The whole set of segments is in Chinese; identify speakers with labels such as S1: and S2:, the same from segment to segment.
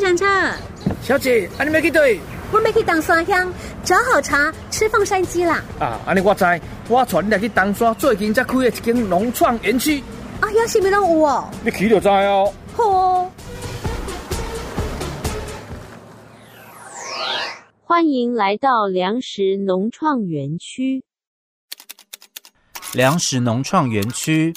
S1: 盏茶。
S2: 小姐，啊，你要去对？
S1: 我要去东山乡找好茶，吃凤山鸡啦。
S2: 啊，安尼我知，我带你来去东山最近才开的一间农创园区，
S1: 啊，要是咪拢有哦。
S2: 你去就知哦。
S1: 好哦，
S3: 欢迎来到粮食农创园区。
S4: 粮食农创园区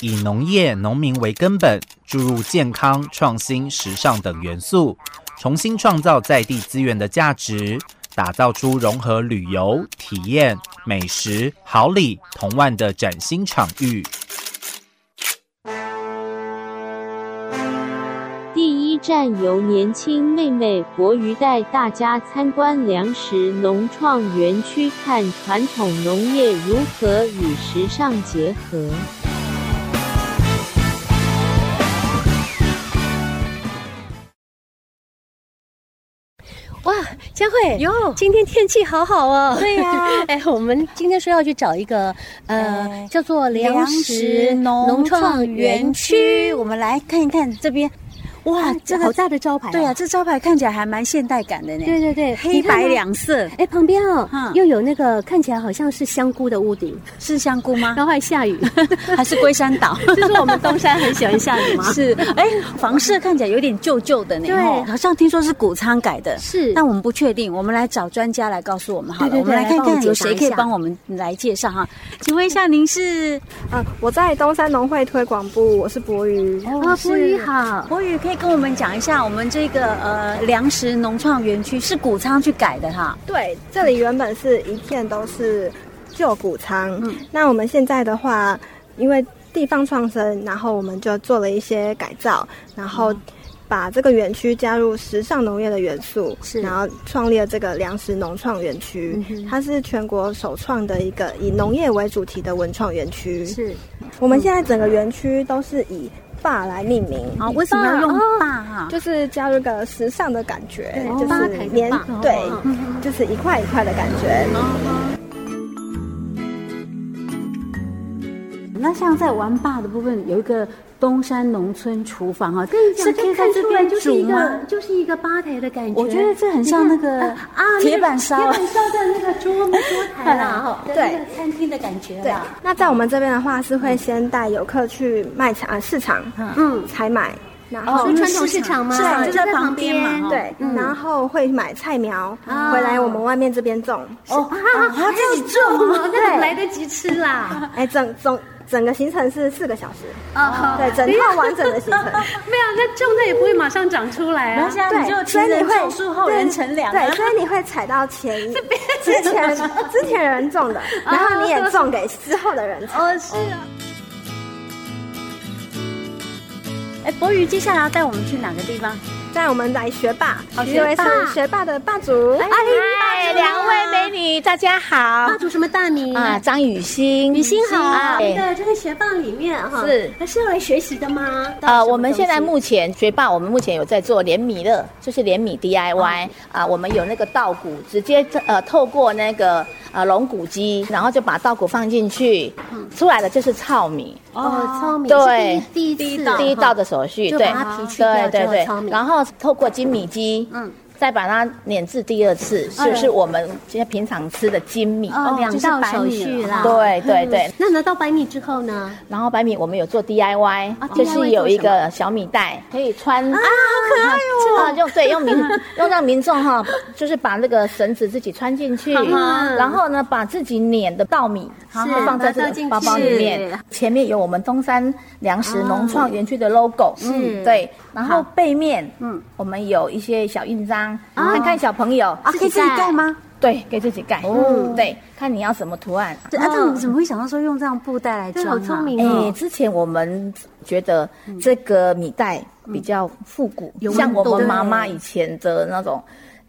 S4: 以农业农民为根本，注入健康、创新、时尚等元素，重新创造在地资源的价值，打造出融合旅游、体验、美食、好礼、同万的崭新场域。
S3: 第一站由年轻妹妹博瑜带大家参观粮食农创园区，看传统农业如何与时尚结合。
S5: 哇，佳慧，
S1: 哟，
S5: 今天天气好好哦。
S6: 对呀
S5: 哎，我们今天说要去找一个呃
S6: 哎，
S5: 叫做 粮食
S6: 农创园区，我
S5: 我们
S6: 们来看一看这边。哇
S5: 哇，，
S6: 这
S5: 这个好
S6: 个
S5: 大的招牌哦。
S6: 对啊，这招牌看起来还蛮现代感的呢。
S5: 对对对，
S6: 黑白
S5: 两。
S6: 两色
S5: 哎，旁边哦
S6: 嗯，
S5: 又有那个看起来好像是香菇的屋顶，
S6: 是香菇吗
S5: 然？后还下雨，
S6: 还是龟山岛？
S5: 这是我们东山很喜欢 下雨吗？
S6: 是，哎，房舍看起来有点旧旧的呢。
S5: 对
S6: 吼好像听说是谷仓改的。
S5: 是
S6: 但我们不确定，我们来找专家来告诉我们好了。
S5: 对对对
S6: 我们来
S5: 来
S6: 看
S5: 帮我
S6: 看
S5: 们
S6: 有
S5: 解答
S6: 谁
S5: 一
S6: 可以
S5: 下
S6: 帮我们来介绍哈。请问一下，您是
S7: 啊，我在东山农会推广部，我是博宇。
S5: 啊，波
S6: 是
S5: 宇好，
S6: 博宇，可以跟我们讲一下，我们这个呃粮食农创园区是谷仓去改的哈，
S7: 对，这里原本是一片都是旧谷仓，
S6: 嗯
S7: 那我们现在的话，因为地方创生，然后我们就做了一些改造，然后
S6: 嗯
S7: 把这个园区加入时尚农业的元素，
S5: 是
S7: 然后创立了这个粮食农创园区，
S6: 嗯
S7: 它是全国首创的一个以农业为主题的文创园区。
S5: 是
S7: 我们现在整个园区都是以坝来命名，
S6: 啊，为什么要用啊坝哈？
S7: 就是加入一个时尚的感觉，就
S5: 八
S7: 是
S5: 台的
S7: 连
S5: 坝
S7: 对，
S6: 哦
S7: 就是一块一块的感觉。
S6: 嗯
S8: 那像在玩坝的部分，有一个东山农村厨房哈，
S5: 这
S8: 是可以在
S5: 看
S8: 这
S5: 出来
S8: 边
S5: 就是
S8: 煮
S5: 一
S8: 吗？
S5: 个就是一个吧台的感觉。
S8: 我觉得这很像那个
S5: 你看啊，那个
S6: 铁板烧
S5: 铁板烧的那个桌桌台啦， 哈，
S7: 对
S5: 那个餐厅的感觉啊
S7: 对
S6: 嗯
S5: 啦。，
S7: 那在我们这边的话，是会先带游客去卖场、啊、市场，嗯，采买，然后
S9: 哦
S5: 是传统市场吗？
S9: 啊
S7: 对就
S6: 在旁边嘛哈嗯啊
S7: 对，然后会买菜苗回来，我们外面这边种，
S5: 哦，还自己
S6: 啊
S5: 种吗？哦那怎么来得及吃 啦？哦
S7: 哎，整整整个行程是四个小时，
S9: 哦
S7: 对，整套完整的行程，
S5: 没有，那种的也不会马上长出来啊。
S6: 现在你就
S7: 对，所
S6: 前
S7: 以你
S6: 人
S7: 会
S6: 种树，后人乘凉啊
S7: 对，。所以你会踩到前 一之前之前人种的，
S6: 哦
S7: 然后你也种给之后的人种。
S5: 哦，是啊，
S6: 哎，博宇，接下来要带我们去哪个地方？
S7: 带我们来学霸，
S6: 学
S7: 一位
S6: 霸哎
S7: 是学霸的霸主，
S9: 嗨，两位美女，大家好
S5: 霸主什么大名
S9: 啊！？张雨欣，
S5: 雨欣好，
S9: 对
S5: 你的这个学霸里面哈，
S9: 是
S5: 那是要来学习的吗？
S9: 呃，我们现在目前学霸，我们目前有在做连米乐，就是连米 DIY 啊、
S5: 哦
S9: 我们有那个稻谷，直接呃透过那个呃龙骨机，然后就把稻谷放进去，
S5: 嗯
S9: 出来的就是糙米。
S5: 哦，糙米
S9: 对
S5: 是第一第一次啊
S9: 第一道的手续，
S5: 嗯就
S9: 对
S5: 把它提取掉
S9: 对
S5: 之
S9: 对
S5: 后
S9: 对
S5: 糙米，
S9: 然后透过精米机，嗯，再把它碾制第二次，就是我们现在平常吃的精米。
S5: 嗯哦，两
S9: 哦就是
S5: 道
S9: 白啊
S5: 手
S9: 米
S5: 续啦。
S9: 对对对
S5: 嗯。那拿到白米之后呢？
S9: 然后白米我们有做 DIY，、
S5: 啊 DIY
S9: 就
S5: 做
S9: 是有一个小米袋，可以穿啊，好可爱哦！用对用民用让民众哈，就是把那个绳子自己穿进去，
S5: 嗯
S9: 然后呢把自己碾的稻米然后放在这
S5: 把它倒进
S9: 个包包里
S5: 去
S9: 面，前面有我们东山粮食农创园区的 logo，嗯，对，然后背面嗯我们有一些小印章，看看小朋友
S6: 啊，可以自己盖吗？
S9: 对给自己盖，嗯，对，看你要什么图案。
S6: 对啊，但我们怎么会想到说用这样布袋来
S5: 这
S6: 装啊？
S5: 好聪明
S9: 哎、
S5: 哦。
S9: 之前我们觉得这个米袋比较复古，像我们妈妈以前的那种。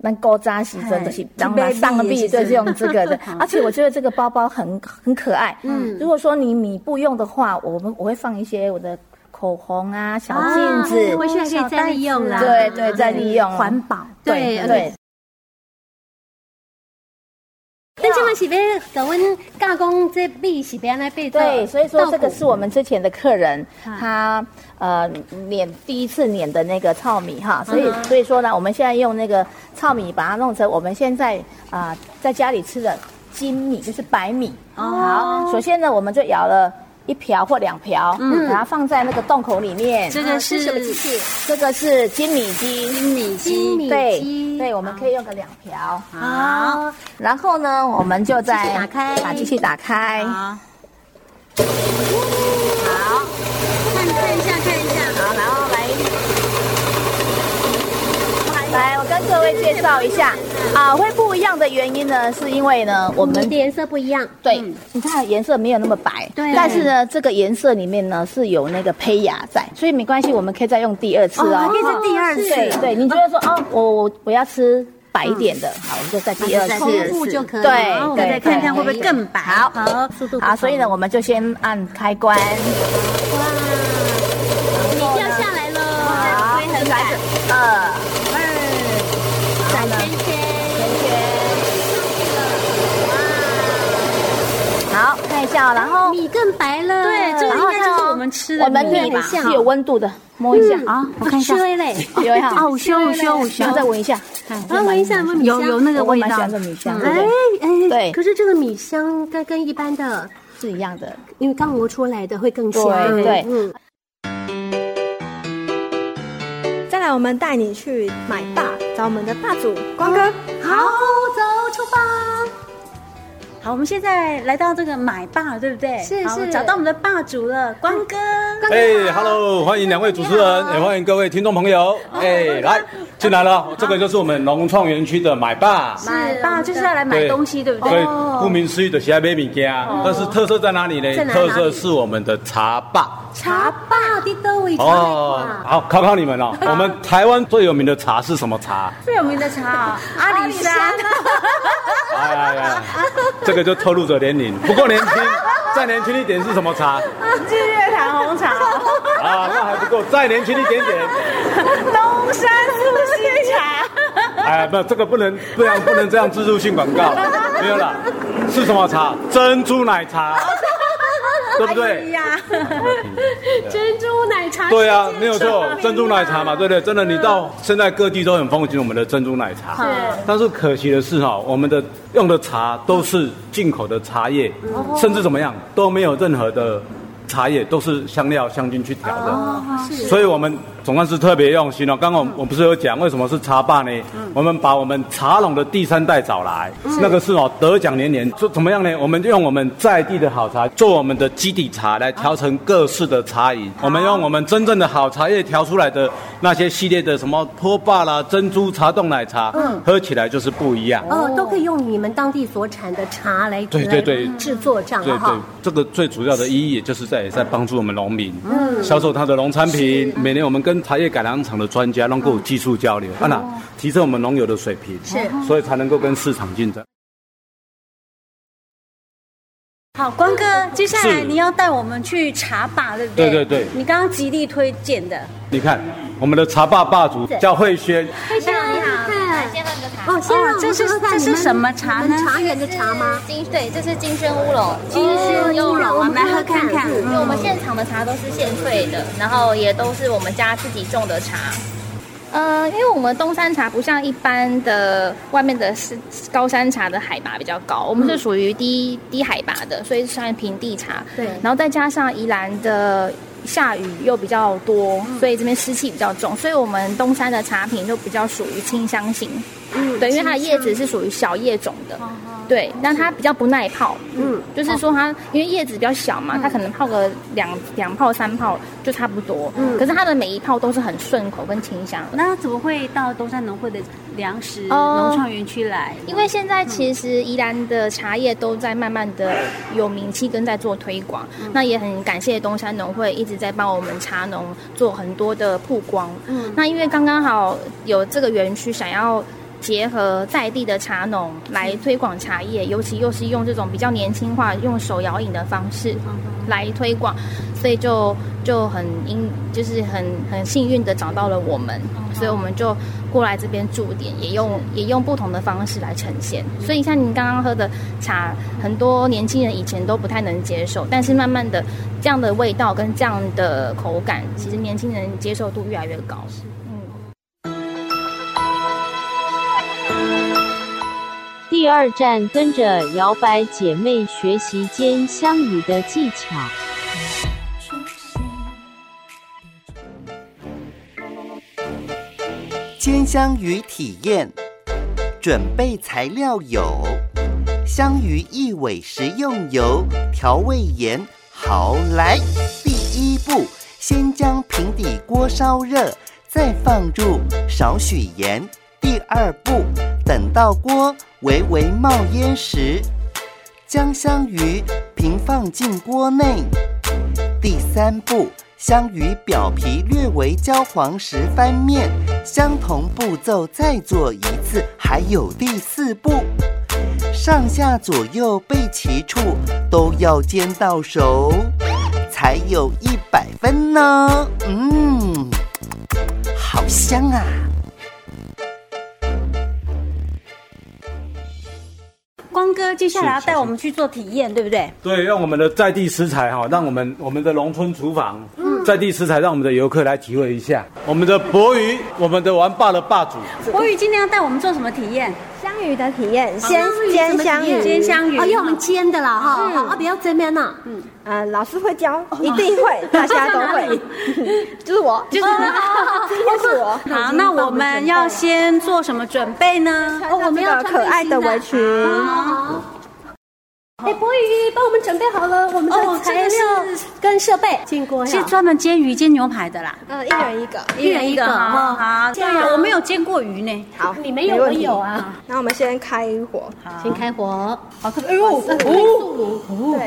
S9: 那高扎西真的是
S6: 哎，
S9: 当然上臂就是用这 个的，而且我觉得这个包包很很可爱。嗯，如果说你米不用的话，我们我会放一些我的口红啊、小镜子，
S5: 啊回去还可以再利用啦。
S9: 对对，
S6: 啊
S9: 再利用
S6: 环保。
S9: 对
S5: 对
S9: 对。
S5: 但这嘛是要甲阮教讲，这米是要安来备做
S9: 对，所以说这个是我们之前的客人，
S5: 嗯
S9: 他呃碾第一次碾的那个糙米啊哈，所以所以说呢，我们现在用那个糙米把它弄成我们现在啊、在家里吃的精米，就是白米。好，首先呢，我们就舀了。一瓢或两瓢，嗯，把它放在那个洞口里面。
S6: 这个是
S9: 什么机器？这个是金米机。
S6: 金米
S5: 精米
S9: 对
S5: 机，
S9: 对，我们可以用个两瓢。
S6: 好，
S9: 然后呢，我们就
S5: 机
S9: 再
S5: 器打开
S9: 把机器打开。
S6: 好，
S5: 看看一下看一下，
S9: 好，然后来，哦来，我跟各位介绍一下啊，会不一样的原因呢，是因为呢，我
S5: 我们
S9: 们
S5: 的颜色不一样，
S9: 对，你看颜色没有那么白，
S5: 对
S9: 但是呢，这个颜色里面呢是有那个胚芽在，所以没关系，我们可以再用第二次哦，
S6: 可以再第二次
S9: 对对，你觉得说哦，我我我要吃白一点的，好，我们就再第二次，
S5: 重复就可以，
S9: 对
S5: 然后我
S9: 对
S5: 们
S6: 再看看会不会更白。
S9: 好啊
S6: 好，
S5: 速度不
S9: 好，所以呢，我们就先按开关，
S5: 同哇，米掉下来
S9: 好，
S5: 了，
S9: 就开始二
S5: 转圈圈，
S9: 圈圈，好，看一下哦，然后
S5: 米更白了，
S6: 对，这个应该就是我们吃的
S9: 我们
S6: 米
S9: 米
S6: 吧？
S9: 是有温度的，摸一下
S5: 嗯
S9: 啊，
S6: 啊，我看一下，
S5: 衰嘞，
S9: 有一下，
S6: 啊，午休午休午休
S9: 然后，再闻一下，
S5: 啊，闻一下有没有米
S6: 有
S5: 香？
S6: 有那个
S9: 哦我
S6: 味
S9: 蛮喜
S6: 道，嗯
S9: 欢这米香，对不
S5: 哎
S9: 对？
S5: 哎，
S9: 嗯对
S5: 可是这个米香跟跟一般的，
S9: 是一样的，
S5: 因为刚磨出来的会更香，
S9: 对对
S5: 嗯，
S7: 再来，我们带你去买霸，找我们的霸主光哥。
S6: 哦好，走，出发。好，我们现在来到这个买霸，对不对？
S5: 是
S6: 好
S5: 是
S6: 找到我们的霸主了，关哥。
S10: 哎，Hello，欢迎两位主持人，也欢迎各位听众朋友。哎，来进来了，这个就是我们农创园区的买霸。
S6: 买霸就是要来买东西，对不
S10: 所以
S6: 对？
S10: 顾名思义的，喜爱买物件。但是特色在哪里
S5: 在
S10: 呢？
S5: 哪
S10: 特色是我们的茶霸。
S5: 茶霸的都位出来
S10: 哦
S5: 哇，
S10: 好，考考你们哦。我们台湾最有名的茶是什么茶？
S6: 最有名的茶啊，阿里山。
S10: 哎呀呀，这个就透露着年龄，不过年轻，再年轻一点是什么茶？
S6: 日月潭红茶，
S10: 啊，那还不够，再年轻一点点。
S6: 东山素心茶。
S10: 哎，不，这个不能这样，不能这样植入性广告， 没有啦，是什么茶？珍珠 奶茶，对不
S6: 哎
S10: 对？
S6: 呀，
S5: 珍珠奶茶，
S10: 对 啊，没有错，珍珠奶茶嘛，对不对？真的，你到现在各地都很风行我们的珍珠奶茶。但是可惜的是哈、我们的用的茶都是进口的茶叶，
S6: 哦
S10: 甚至怎么样都没有任何的茶叶，都是香料香精去调
S6: 哦
S10: 的。所以我们总算是特别用心了、哦刚刚我们我不是有讲为什么是茶霸呢？我们把我们茶农的第三代找来，那个是哦得奖年年，就怎么样呢？我们用我们在地的好茶做我们的基底茶来调成各式的茶饮。我们用我们真正的好茶叶调出来的那些系列的什么坡霸啦、珍珠茶冻奶茶，喝起来就是不一样。
S5: 哦，都可以用你们当地所产的茶来
S10: 对对对
S5: 来制作这样
S10: 对对
S5: 哈，，
S10: 这个最主要的意义也就是在在帮助我们农民，
S6: 嗯
S10: 销售他的农产品。每年我们跟茶叶改良厂的专家能够技术交流，
S6: 哦
S10: 啊那提升我们农友的水平，是，所以才能够跟市场竞争。
S6: 好，关哥，接下来
S10: 是
S6: 你要带我们去茶霸，对不对？
S10: 对对对
S6: 你刚刚极力推荐的，
S10: 你看，我们的茶霸霸主叫慧轩，
S5: 非常厉害。
S11: 先喝个茶。
S5: 哦，先让
S6: 哦这是
S5: 我们喝喝看
S6: 这是
S5: 你们
S6: 什么茶呢
S5: 你们茶园的茶吗？？
S11: 金对，这是金萱乌龙，金
S5: 萱乌龙
S11: 我
S6: 我
S11: 们
S6: 们来喝看看。
S11: 因为我们现场的茶都是现萃的，然后也都是我们家自己种的茶。呃，因为我们东山茶不像一般的外面的是高山茶的海拔比较高，我们
S5: 嗯
S11: 是属于低、低海拔的，所以算平地茶。
S5: 对
S11: 然后再加上宜兰的下雨又比较多，
S5: 嗯
S11: 所以这边湿气比较重，所以我们东山的茶品就比较属于清香型。
S5: 嗯
S11: 对，因为它的叶子是属于小叶种的，对，但它比较不耐泡，
S5: 嗯
S11: 嗯，就是说它因为叶子比较小嘛，它可能泡个两两泡三泡就差不多，
S5: 嗯
S11: 可是它的每一泡都是很顺口跟清香的。
S6: 那怎么会到东山农会的粮食
S11: 哦
S6: 农创园区来？
S11: 因为现在其实宜兰的茶叶都在慢慢的有名气跟在做推广，那也很感谢东山农会一直在帮我们茶农做很多的曝光。嗯，那因为刚刚好有这个园区想要结合在地的茶农来推广茶叶，尤其又是用这种比较年轻化、用手摇饮的方式来推广，所以就就很因就是很很幸运的找到了我们，所以我们就过来这边驻点，也用也用不同的方式来呈现。所以像你刚刚喝的茶，很多年轻人以前都不太能接受，但是慢慢的这样的味道跟这样的口感，其实年轻人接受度越来越高。
S3: 第二站跟着摇摆姐妹学习间相语的技巧。
S12: 煎香鱼体验，准备材料有：香鱼一尾食用油、调味盐。好，来，第一步，先将平底锅烧热，再放入少许盐。第二步，等到锅微微冒烟时，将香鱼平放进锅内。第三步，香鱼表皮略微焦黄时翻面，相同步骤再做一次。还有第四步，上下左右背齐处都要煎到熟，才有一百分呢。嗯，好香啊！
S6: 光哥接下来要带我们去做体验，对不对？
S10: 对，用我们的在地食材哈、让我们我们的农村厨房，
S6: 嗯
S10: 在地食材让我们的游客来体会一下我们的博鱼，我们的玩霸的霸主。
S6: 博宇今天要带我们做什么体验？
S7: 香鱼的体验，先
S6: 香鱼
S7: 煎
S6: 哦怎么
S7: 香
S6: 体验
S7: 鱼，
S6: 煎香鱼
S5: 哦，要我们煎的啦哈，
S11: 嗯
S5: 好啊，不要蒸 面呢。
S7: 嗯，呃，老师会教，
S6: 哦
S7: 一定会，大家都 会，就是我，
S6: 哦
S7: 就是就是我。
S6: 好，那我们要先做什么准备呢？
S7: 哦，我们要可爱的围裙，
S5: 啊哎，博宇帮我们准备好了我们的
S6: 哦这
S5: 材
S6: 个
S5: 料
S6: 是
S5: 跟设备，进锅
S6: 是
S5: 呀。
S6: 专门煎鱼、煎牛排的啦，
S7: 呃，一人一个，
S6: 一人一个。
S7: 好
S6: 哦，好，对呀，我没有煎过鱼呢。
S7: 好，
S5: 你没有
S7: 问题
S5: 我有啊。
S7: 那我们先开火，
S5: 先开火，
S6: 好，特别哎呦，
S7: 对，
S6: 哦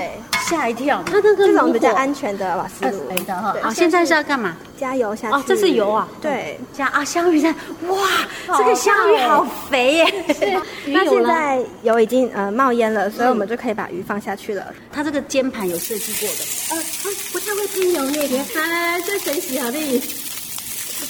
S6: 吓一跳。
S5: 它这个
S7: 这种
S5: 炉
S7: 比较
S5: 火
S7: 安全的瓦斯炉，
S5: 的哈
S7: 对
S6: 好，哦现在是要干嘛？
S7: 加油下去。
S6: 呃哎哦，这是油啊。
S7: 对，
S6: 加啊，香鱼在，哇，这个香鱼好肥耶！
S7: 那现在油已经呃冒烟了，
S6: 嗯
S7: 所以我们就可以把鱼放下去了。
S6: 它这个煎盘有设计过的，
S5: 呃，它不太会喷油那个，哎，这神奇好厉害。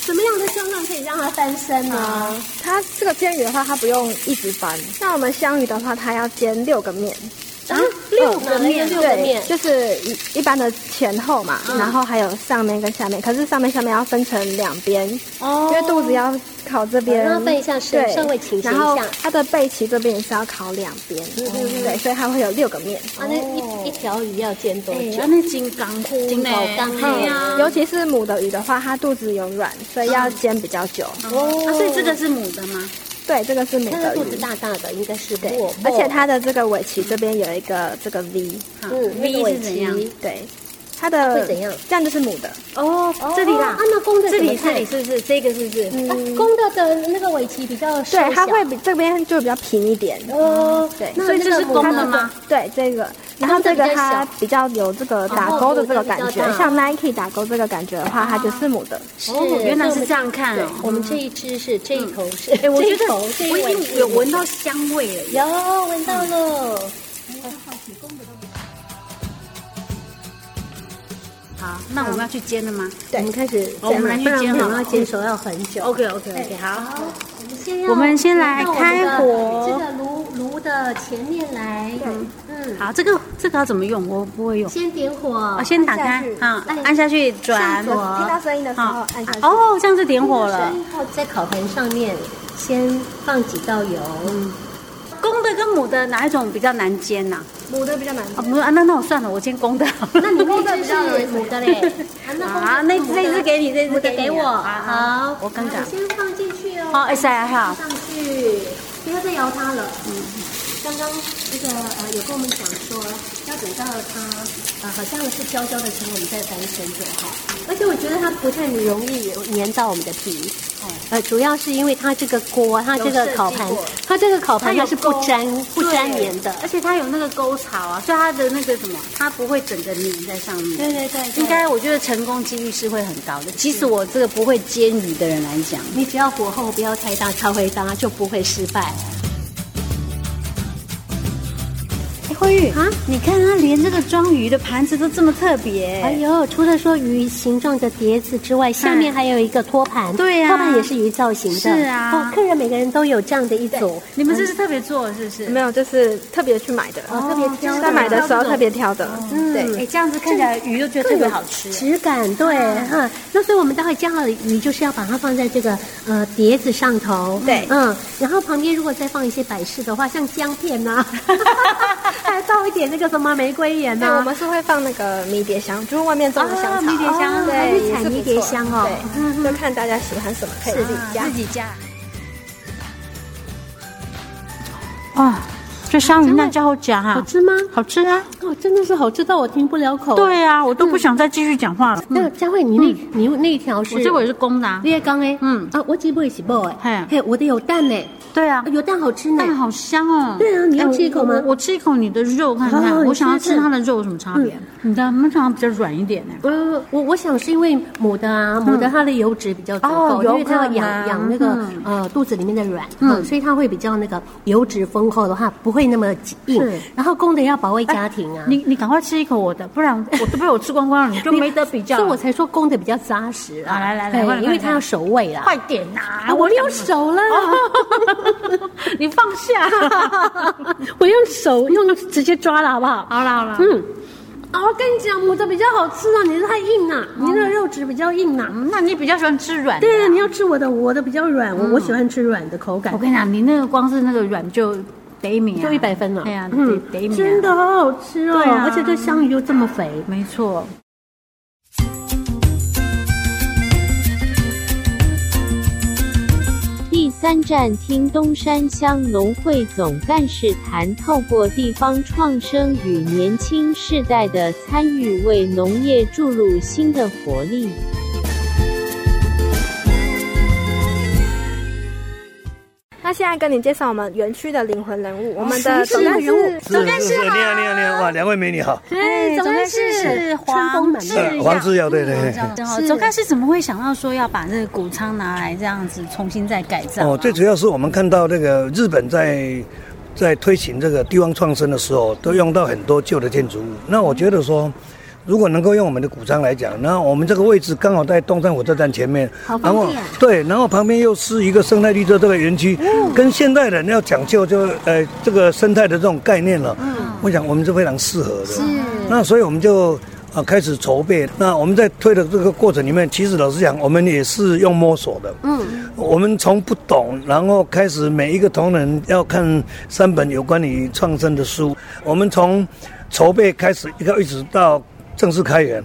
S5: 什么样的状况可以让它翻身呢？
S7: 它这个煎鱼的话，它不用一直翻。像我们香鱼的话，它要煎六个面，嗯
S5: 啊，六个面，六个面嗯
S7: 对，，就是一一般的前后嘛，然后还有上面跟下面。可是上面下面要分成两边，
S5: 哦
S7: 因为肚子要烤这边，
S5: 然后分一下身
S7: 对
S5: 稍微倾斜一下嗯
S7: 然后它的背鳍这边也是要烤两边，对，所以它会有六个面。
S5: 啊，那
S3: 哦
S5: 一一条鱼要煎多
S6: 哎
S5: 久？
S6: 呀，那金刚菇呢，
S5: 金口缸哎呀，
S7: 尤其是母的鱼的话，它肚子有软，所以要煎比较久。
S6: 啊，所以这个是母的吗？
S7: 对，这个是
S5: 嗯
S7: 母
S5: 它的
S7: 的
S5: 肚子
S7: 鱼。
S5: 大大的，应该是
S7: 对
S5: 过，，哦
S7: 而且它的这个尾鳍这边有一个这个 V，
S5: 嗯
S6: V
S5: 尾
S6: 是怎样？
S5: 鳍
S7: 对，它的
S5: 会怎样？
S7: 这样就是母的，
S6: 哦，这里啦
S5: 啊，，那公的
S6: 这
S5: 怎么
S6: 里这
S5: 看
S6: 里是不是这个是不是？
S5: 啊公的的那个尾鳍比较瘦
S7: 对，它
S5: 小
S7: 会比这边就比较平一点。嗯
S5: 哦，
S7: 对
S5: 那
S6: 所以
S5: 那
S6: 这
S5: 个
S6: 是
S5: 母
S6: 公
S5: 它
S6: 的吗？
S7: 对，这个，然后
S5: 它
S7: 这个
S5: 比较
S7: 它
S5: 小
S7: 比较有这个打
S5: 哦
S7: 勾的
S5: 肚子
S7: 这个
S5: 比
S7: 感
S5: 较
S7: 觉，
S5: 大
S7: 像 Nike 打勾这个感觉的话，它就是母的。
S5: 是
S6: 哦，原来
S5: 所以我
S6: 是
S5: 们
S6: 这样看哦。
S5: 我们这一只是这一头是，
S6: 哎，我觉
S5: 这一
S6: 得
S5: 头这一
S6: 我
S5: 尾
S6: 已
S5: 是
S6: 经有闻到香味了。
S5: 有闻到了，
S6: 好，那我们要去煎了吗？
S5: 我们开始
S6: 好我们来去
S5: 不然
S6: 煎了
S5: 要煎熟要很久。
S6: OK OK OK，好。
S5: 我们先要
S6: 我们先来
S5: 到我们
S6: 开
S5: 的
S6: 火
S5: 这个炉炉的前面来，嗯，
S6: 好，这个这个要怎么用？我不会用。
S5: 先点火
S6: 啊，，先打开啊，按下去转。
S5: 上左
S7: 听到声音的时候
S6: 啊
S7: 按下去。
S6: 哦，这样就点火了。
S5: 后在烤盆上面先放几道油，
S6: 嗯公的跟母的哪一种比较难煎呐、
S7: 母的比较难煎
S6: 啊？母啊，那那我算了，我煎公的好了。
S5: 那你 那只是母的嘞，
S6: 啊，那那只给你，这
S5: 母
S6: 只
S5: 的
S6: 给
S5: 给
S6: 你
S5: 我，
S6: 啊啊
S5: 好，
S6: 我刚刚
S5: 先放进去哦，
S8: 啊
S6: 好，哎塞哈，
S8: 嗯
S5: 上去，不要再摇它了，刚刚那个呃有跟我们讲说，要等到它呃好像是焦焦的时候，我们再翻身就好。
S8: 嗯
S5: 而且我觉得它不太容易粘到我们的皮，
S8: 哦
S5: 呃，主要是因为它这个锅，它这个烤盘
S13: 有设计过，
S5: 它这个烤盘
S8: 它
S5: 它
S8: 有
S5: 是不
S8: 勾
S5: 粘不粘
S8: 对
S5: 黏的，
S8: 而且它有那个沟槽啊，所以它的那个什么，它不会整个粘在上面。
S5: 对对对对
S8: 应该我觉得成功几率是会很高的。即使我这个不会煎鱼的人来讲，
S5: 你只要火候不要太大，超会搭就不会失败。
S8: 哎，慧玉啊，你看它连这个装鱼的盘子都这么特别。
S5: 哎呦，除了说鱼形状的碟子之外，下面还有一个托盘，
S8: 对呀
S5: 托盘也啊是鱼造型的。
S8: 是啊
S5: 哦，客人每个人都有这样的一组。
S8: 你们这是特别做是不是？
S7: 没有，就是特别去买的，
S5: 哦特别挑的
S7: 在买的时候特别挑的，
S5: 嗯
S7: 对。
S8: 哎，这样子看起来鱼就觉得特别好吃。
S5: 质感对，嗯，那所以我们待会煎好的鱼就是要把它放在这个呃碟子上头，对，嗯，然后旁边如果再放一些摆饰的话，像姜片 呐、还倒一点那个什么玫瑰盐啊
S7: 对，
S5: 呐、
S7: 我们是会放那个迷迭香，就是外面种的香草，
S5: 啊迷迭香
S7: 对，
S5: 还会
S7: 也
S5: 采
S7: 是不
S5: 迷迭
S7: 错
S5: 香哦
S7: 对，就看大家喜欢什么，可以自己加，
S8: 自己加。啊，这香鱼那家伙讲啊，好
S5: 吃吗？
S8: 好吃啊！
S5: 哦，真的是好吃到我停不了口。
S8: 对啊，我都不想再继续讲话了。
S5: 那佳慧，你那你那条
S8: 嗯
S5: 是？
S8: 我这我也是公的啊。
S5: 你也刚哎，嗯啊，我只不过是包哎，嘿，我的有蛋呢。
S8: 对啊，
S5: 有蛋好吃呢，
S8: 蛋好香哦。
S5: 对啊，你要
S8: 哎
S5: 吃一口吗
S8: 我？我我吃一口你的肉看
S5: 哦
S8: 看，
S5: 你
S8: 我想要
S5: 吃吃
S8: 吃它的肉有什么差别
S5: 嗯？
S8: 你的焖肠比较软一点呢。
S5: 呃，我我想是因为母的啊，母的它的油脂比较足
S8: 嗯哦
S5: 够，因为它要
S8: 有可
S5: 养
S8: 能
S5: 养那个
S8: 嗯
S5: 呃肚子里面的卵，
S8: 嗯
S5: 嗯，所以它会比较那个油脂丰厚的话，不会那么硬
S8: 是。哎
S5: 然后公的要保卫家庭啊，
S8: 你你赶快吃一口我的，不然 我都被我吃光光了，你就没得比较了。
S5: 所以我才说公的比较扎实啊。
S8: 啊来来来快
S5: 对，
S8: 点
S5: 因
S8: 快
S5: 为
S8: 点
S5: 它要守卫啦。
S8: 快点呐！
S5: 啊，我
S8: 想哦
S5: 用手啦，
S8: 你放下，
S5: 我用手用直接抓了，好不好？
S8: 好哦啦好啦，
S5: 嗯。啊，我跟你讲，母的比较好吃啊，你的太硬了、你的肉质比较硬啊。
S8: 嗯那你比较喜欢吃软的啊嗯
S5: 对啊，你要吃我的，我的比较软，我、我喜欢吃软的口感。
S8: 我跟你讲，你那个光是那个软就得米啊，
S5: 就100分了
S8: 对呀，得
S5: 嗯
S8: 得米啊，
S5: 真的好好吃哦，
S8: 对啊
S5: 而且这香鱼又这么肥，
S8: 没错。
S3: 第三站听东山乡农会总干事谈，透过地方创生与年轻世代的参与，为农业注入新的活力。
S7: 那现在跟你介绍我们园区的灵魂人物，我们
S5: 谁
S7: 的
S5: 是
S7: 总干
S5: 灵魂
S7: 事
S5: 人物，
S2: 是是是，你好你好你好，哇，两位美女好，
S8: 哎，总干
S5: 是
S8: 事
S5: 春风
S8: 黄
S5: 满
S8: 志
S5: 面
S8: 耀，
S2: 呃黄志尧对对对
S8: 然后哦总干事怎么会想到说要把这个谷仓拿来这样子重新再改造？啊
S2: 哦，最主要是我们看到那个日本在在推行这个地方创生的时候，都用到很多旧的建筑物。那我觉得说，如果能够用我们的古仓来讲，那我们这个位置刚好在东山火车站前面，
S5: 好
S2: 然
S5: 方
S2: 后
S5: 便啊
S2: 对，然后旁边又是一个生态绿洲这个园区，
S5: 哦
S2: 跟现代人要讲究就呃这个生态的这种概念了。
S5: 嗯
S2: 我想我们是非常适合的。是，那所以我们就。啊，开始筹备。那我们在推的这个过程里面，其实老实讲，我们也是用摸索的。
S5: 嗯，
S2: 我们从不懂，然后开始每一个同仁要看三本有关于创生的书。我们从筹备开始，一个一直到正式开园，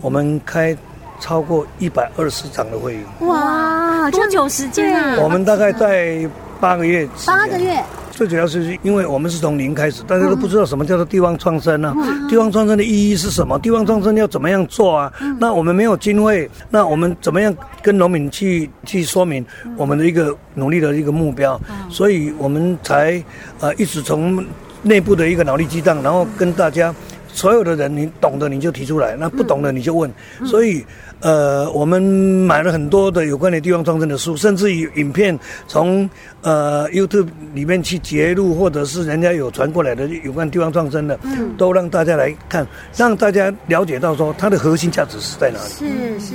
S2: 我们开超过一百二十场的会议，
S8: 哇，多久时间啊？
S2: 我们大概在八个月时间
S8: 八个月。
S2: 最主要是因为我们是从零开始，大家都不知道什么叫做地方创生啊，
S6: 嗯
S2: 地方创生的意义是什么？地方创生要怎么样做啊？那我们没有经费，那我们怎么样跟农民去去说明我们的一个努力的一个目标？所以我们才呃一直从内部的一个脑力激荡，然后跟大家。所有的人，你懂的你就提出来，那不懂的你就
S8: 嗯
S2: 问。所以，呃，我们买了很多的有关于地方创生的书，甚至于影片从呃 YouTube 里面去截录，或者是人家有传过来的有关地方创生的，
S8: 嗯
S2: 都让大家来看，让大家了解到说它的核心价值是在哪里。
S8: 是是，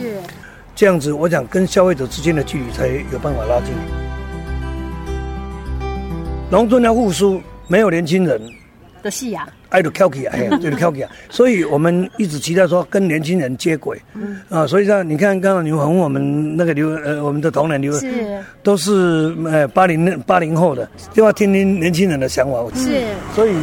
S2: 这样子，我想跟消费者之间的距离才有办法拉近。农村要复苏，没有年轻人，
S8: 的戏啊呀，
S2: 爱就翘起来， 嘿就是翘起来。所以我们一直期待说跟年轻人接轨，
S8: 嗯
S2: 啊，所以呢，你看刚刚刘恒我们那个刘呃我们的同仁刘，
S8: 是
S2: 都是呃八零八零后的，就要听听年轻人的想法。
S8: 是，
S2: 所以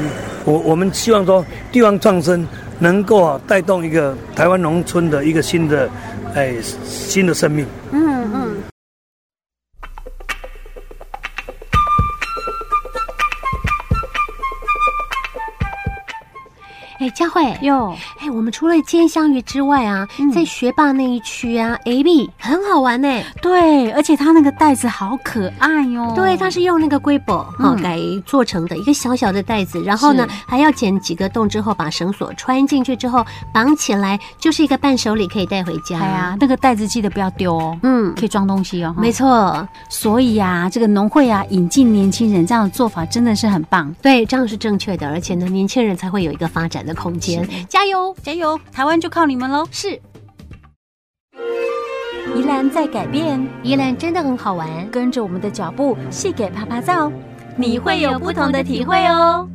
S2: 我我们希望说地方创生能够啊带动一个台湾农村的一个新的，哎、新的生命。
S8: 嗯嗯。
S5: 哎，佳慧，
S6: 有
S5: 哎，我们除了煎香鱼之外啊，
S8: 嗯
S5: 在学霸那一区啊，A B 很好玩呢。
S6: 对，而且它那个袋子好可爱哟、
S8: 哦
S5: 对，它是用那个龟箔哈
S6: 嗯
S5: 改做成的一个小小的袋子，然后呢
S6: 是
S5: 还要剪几个洞之后，把绳索穿进去之后绑起来，就是一个伴手礼可以带回家。
S6: 哎呀，那个袋子记得不要丢哦，嗯，可以装东西哦。
S5: 没
S6: 错，所以呀、这个农会啊，引进年轻人这样的做法真的是很棒。
S5: 对，这样是正确的，而且呢，年轻人才会有一个发展的空间。
S6: 加油，加油！台湾就靠你们喽。
S5: 是。
S6: 宜兰在改变，
S5: 宜兰真的很好玩，
S6: 跟着我们的脚步，细给啪啪照，你会有不同的体会哦。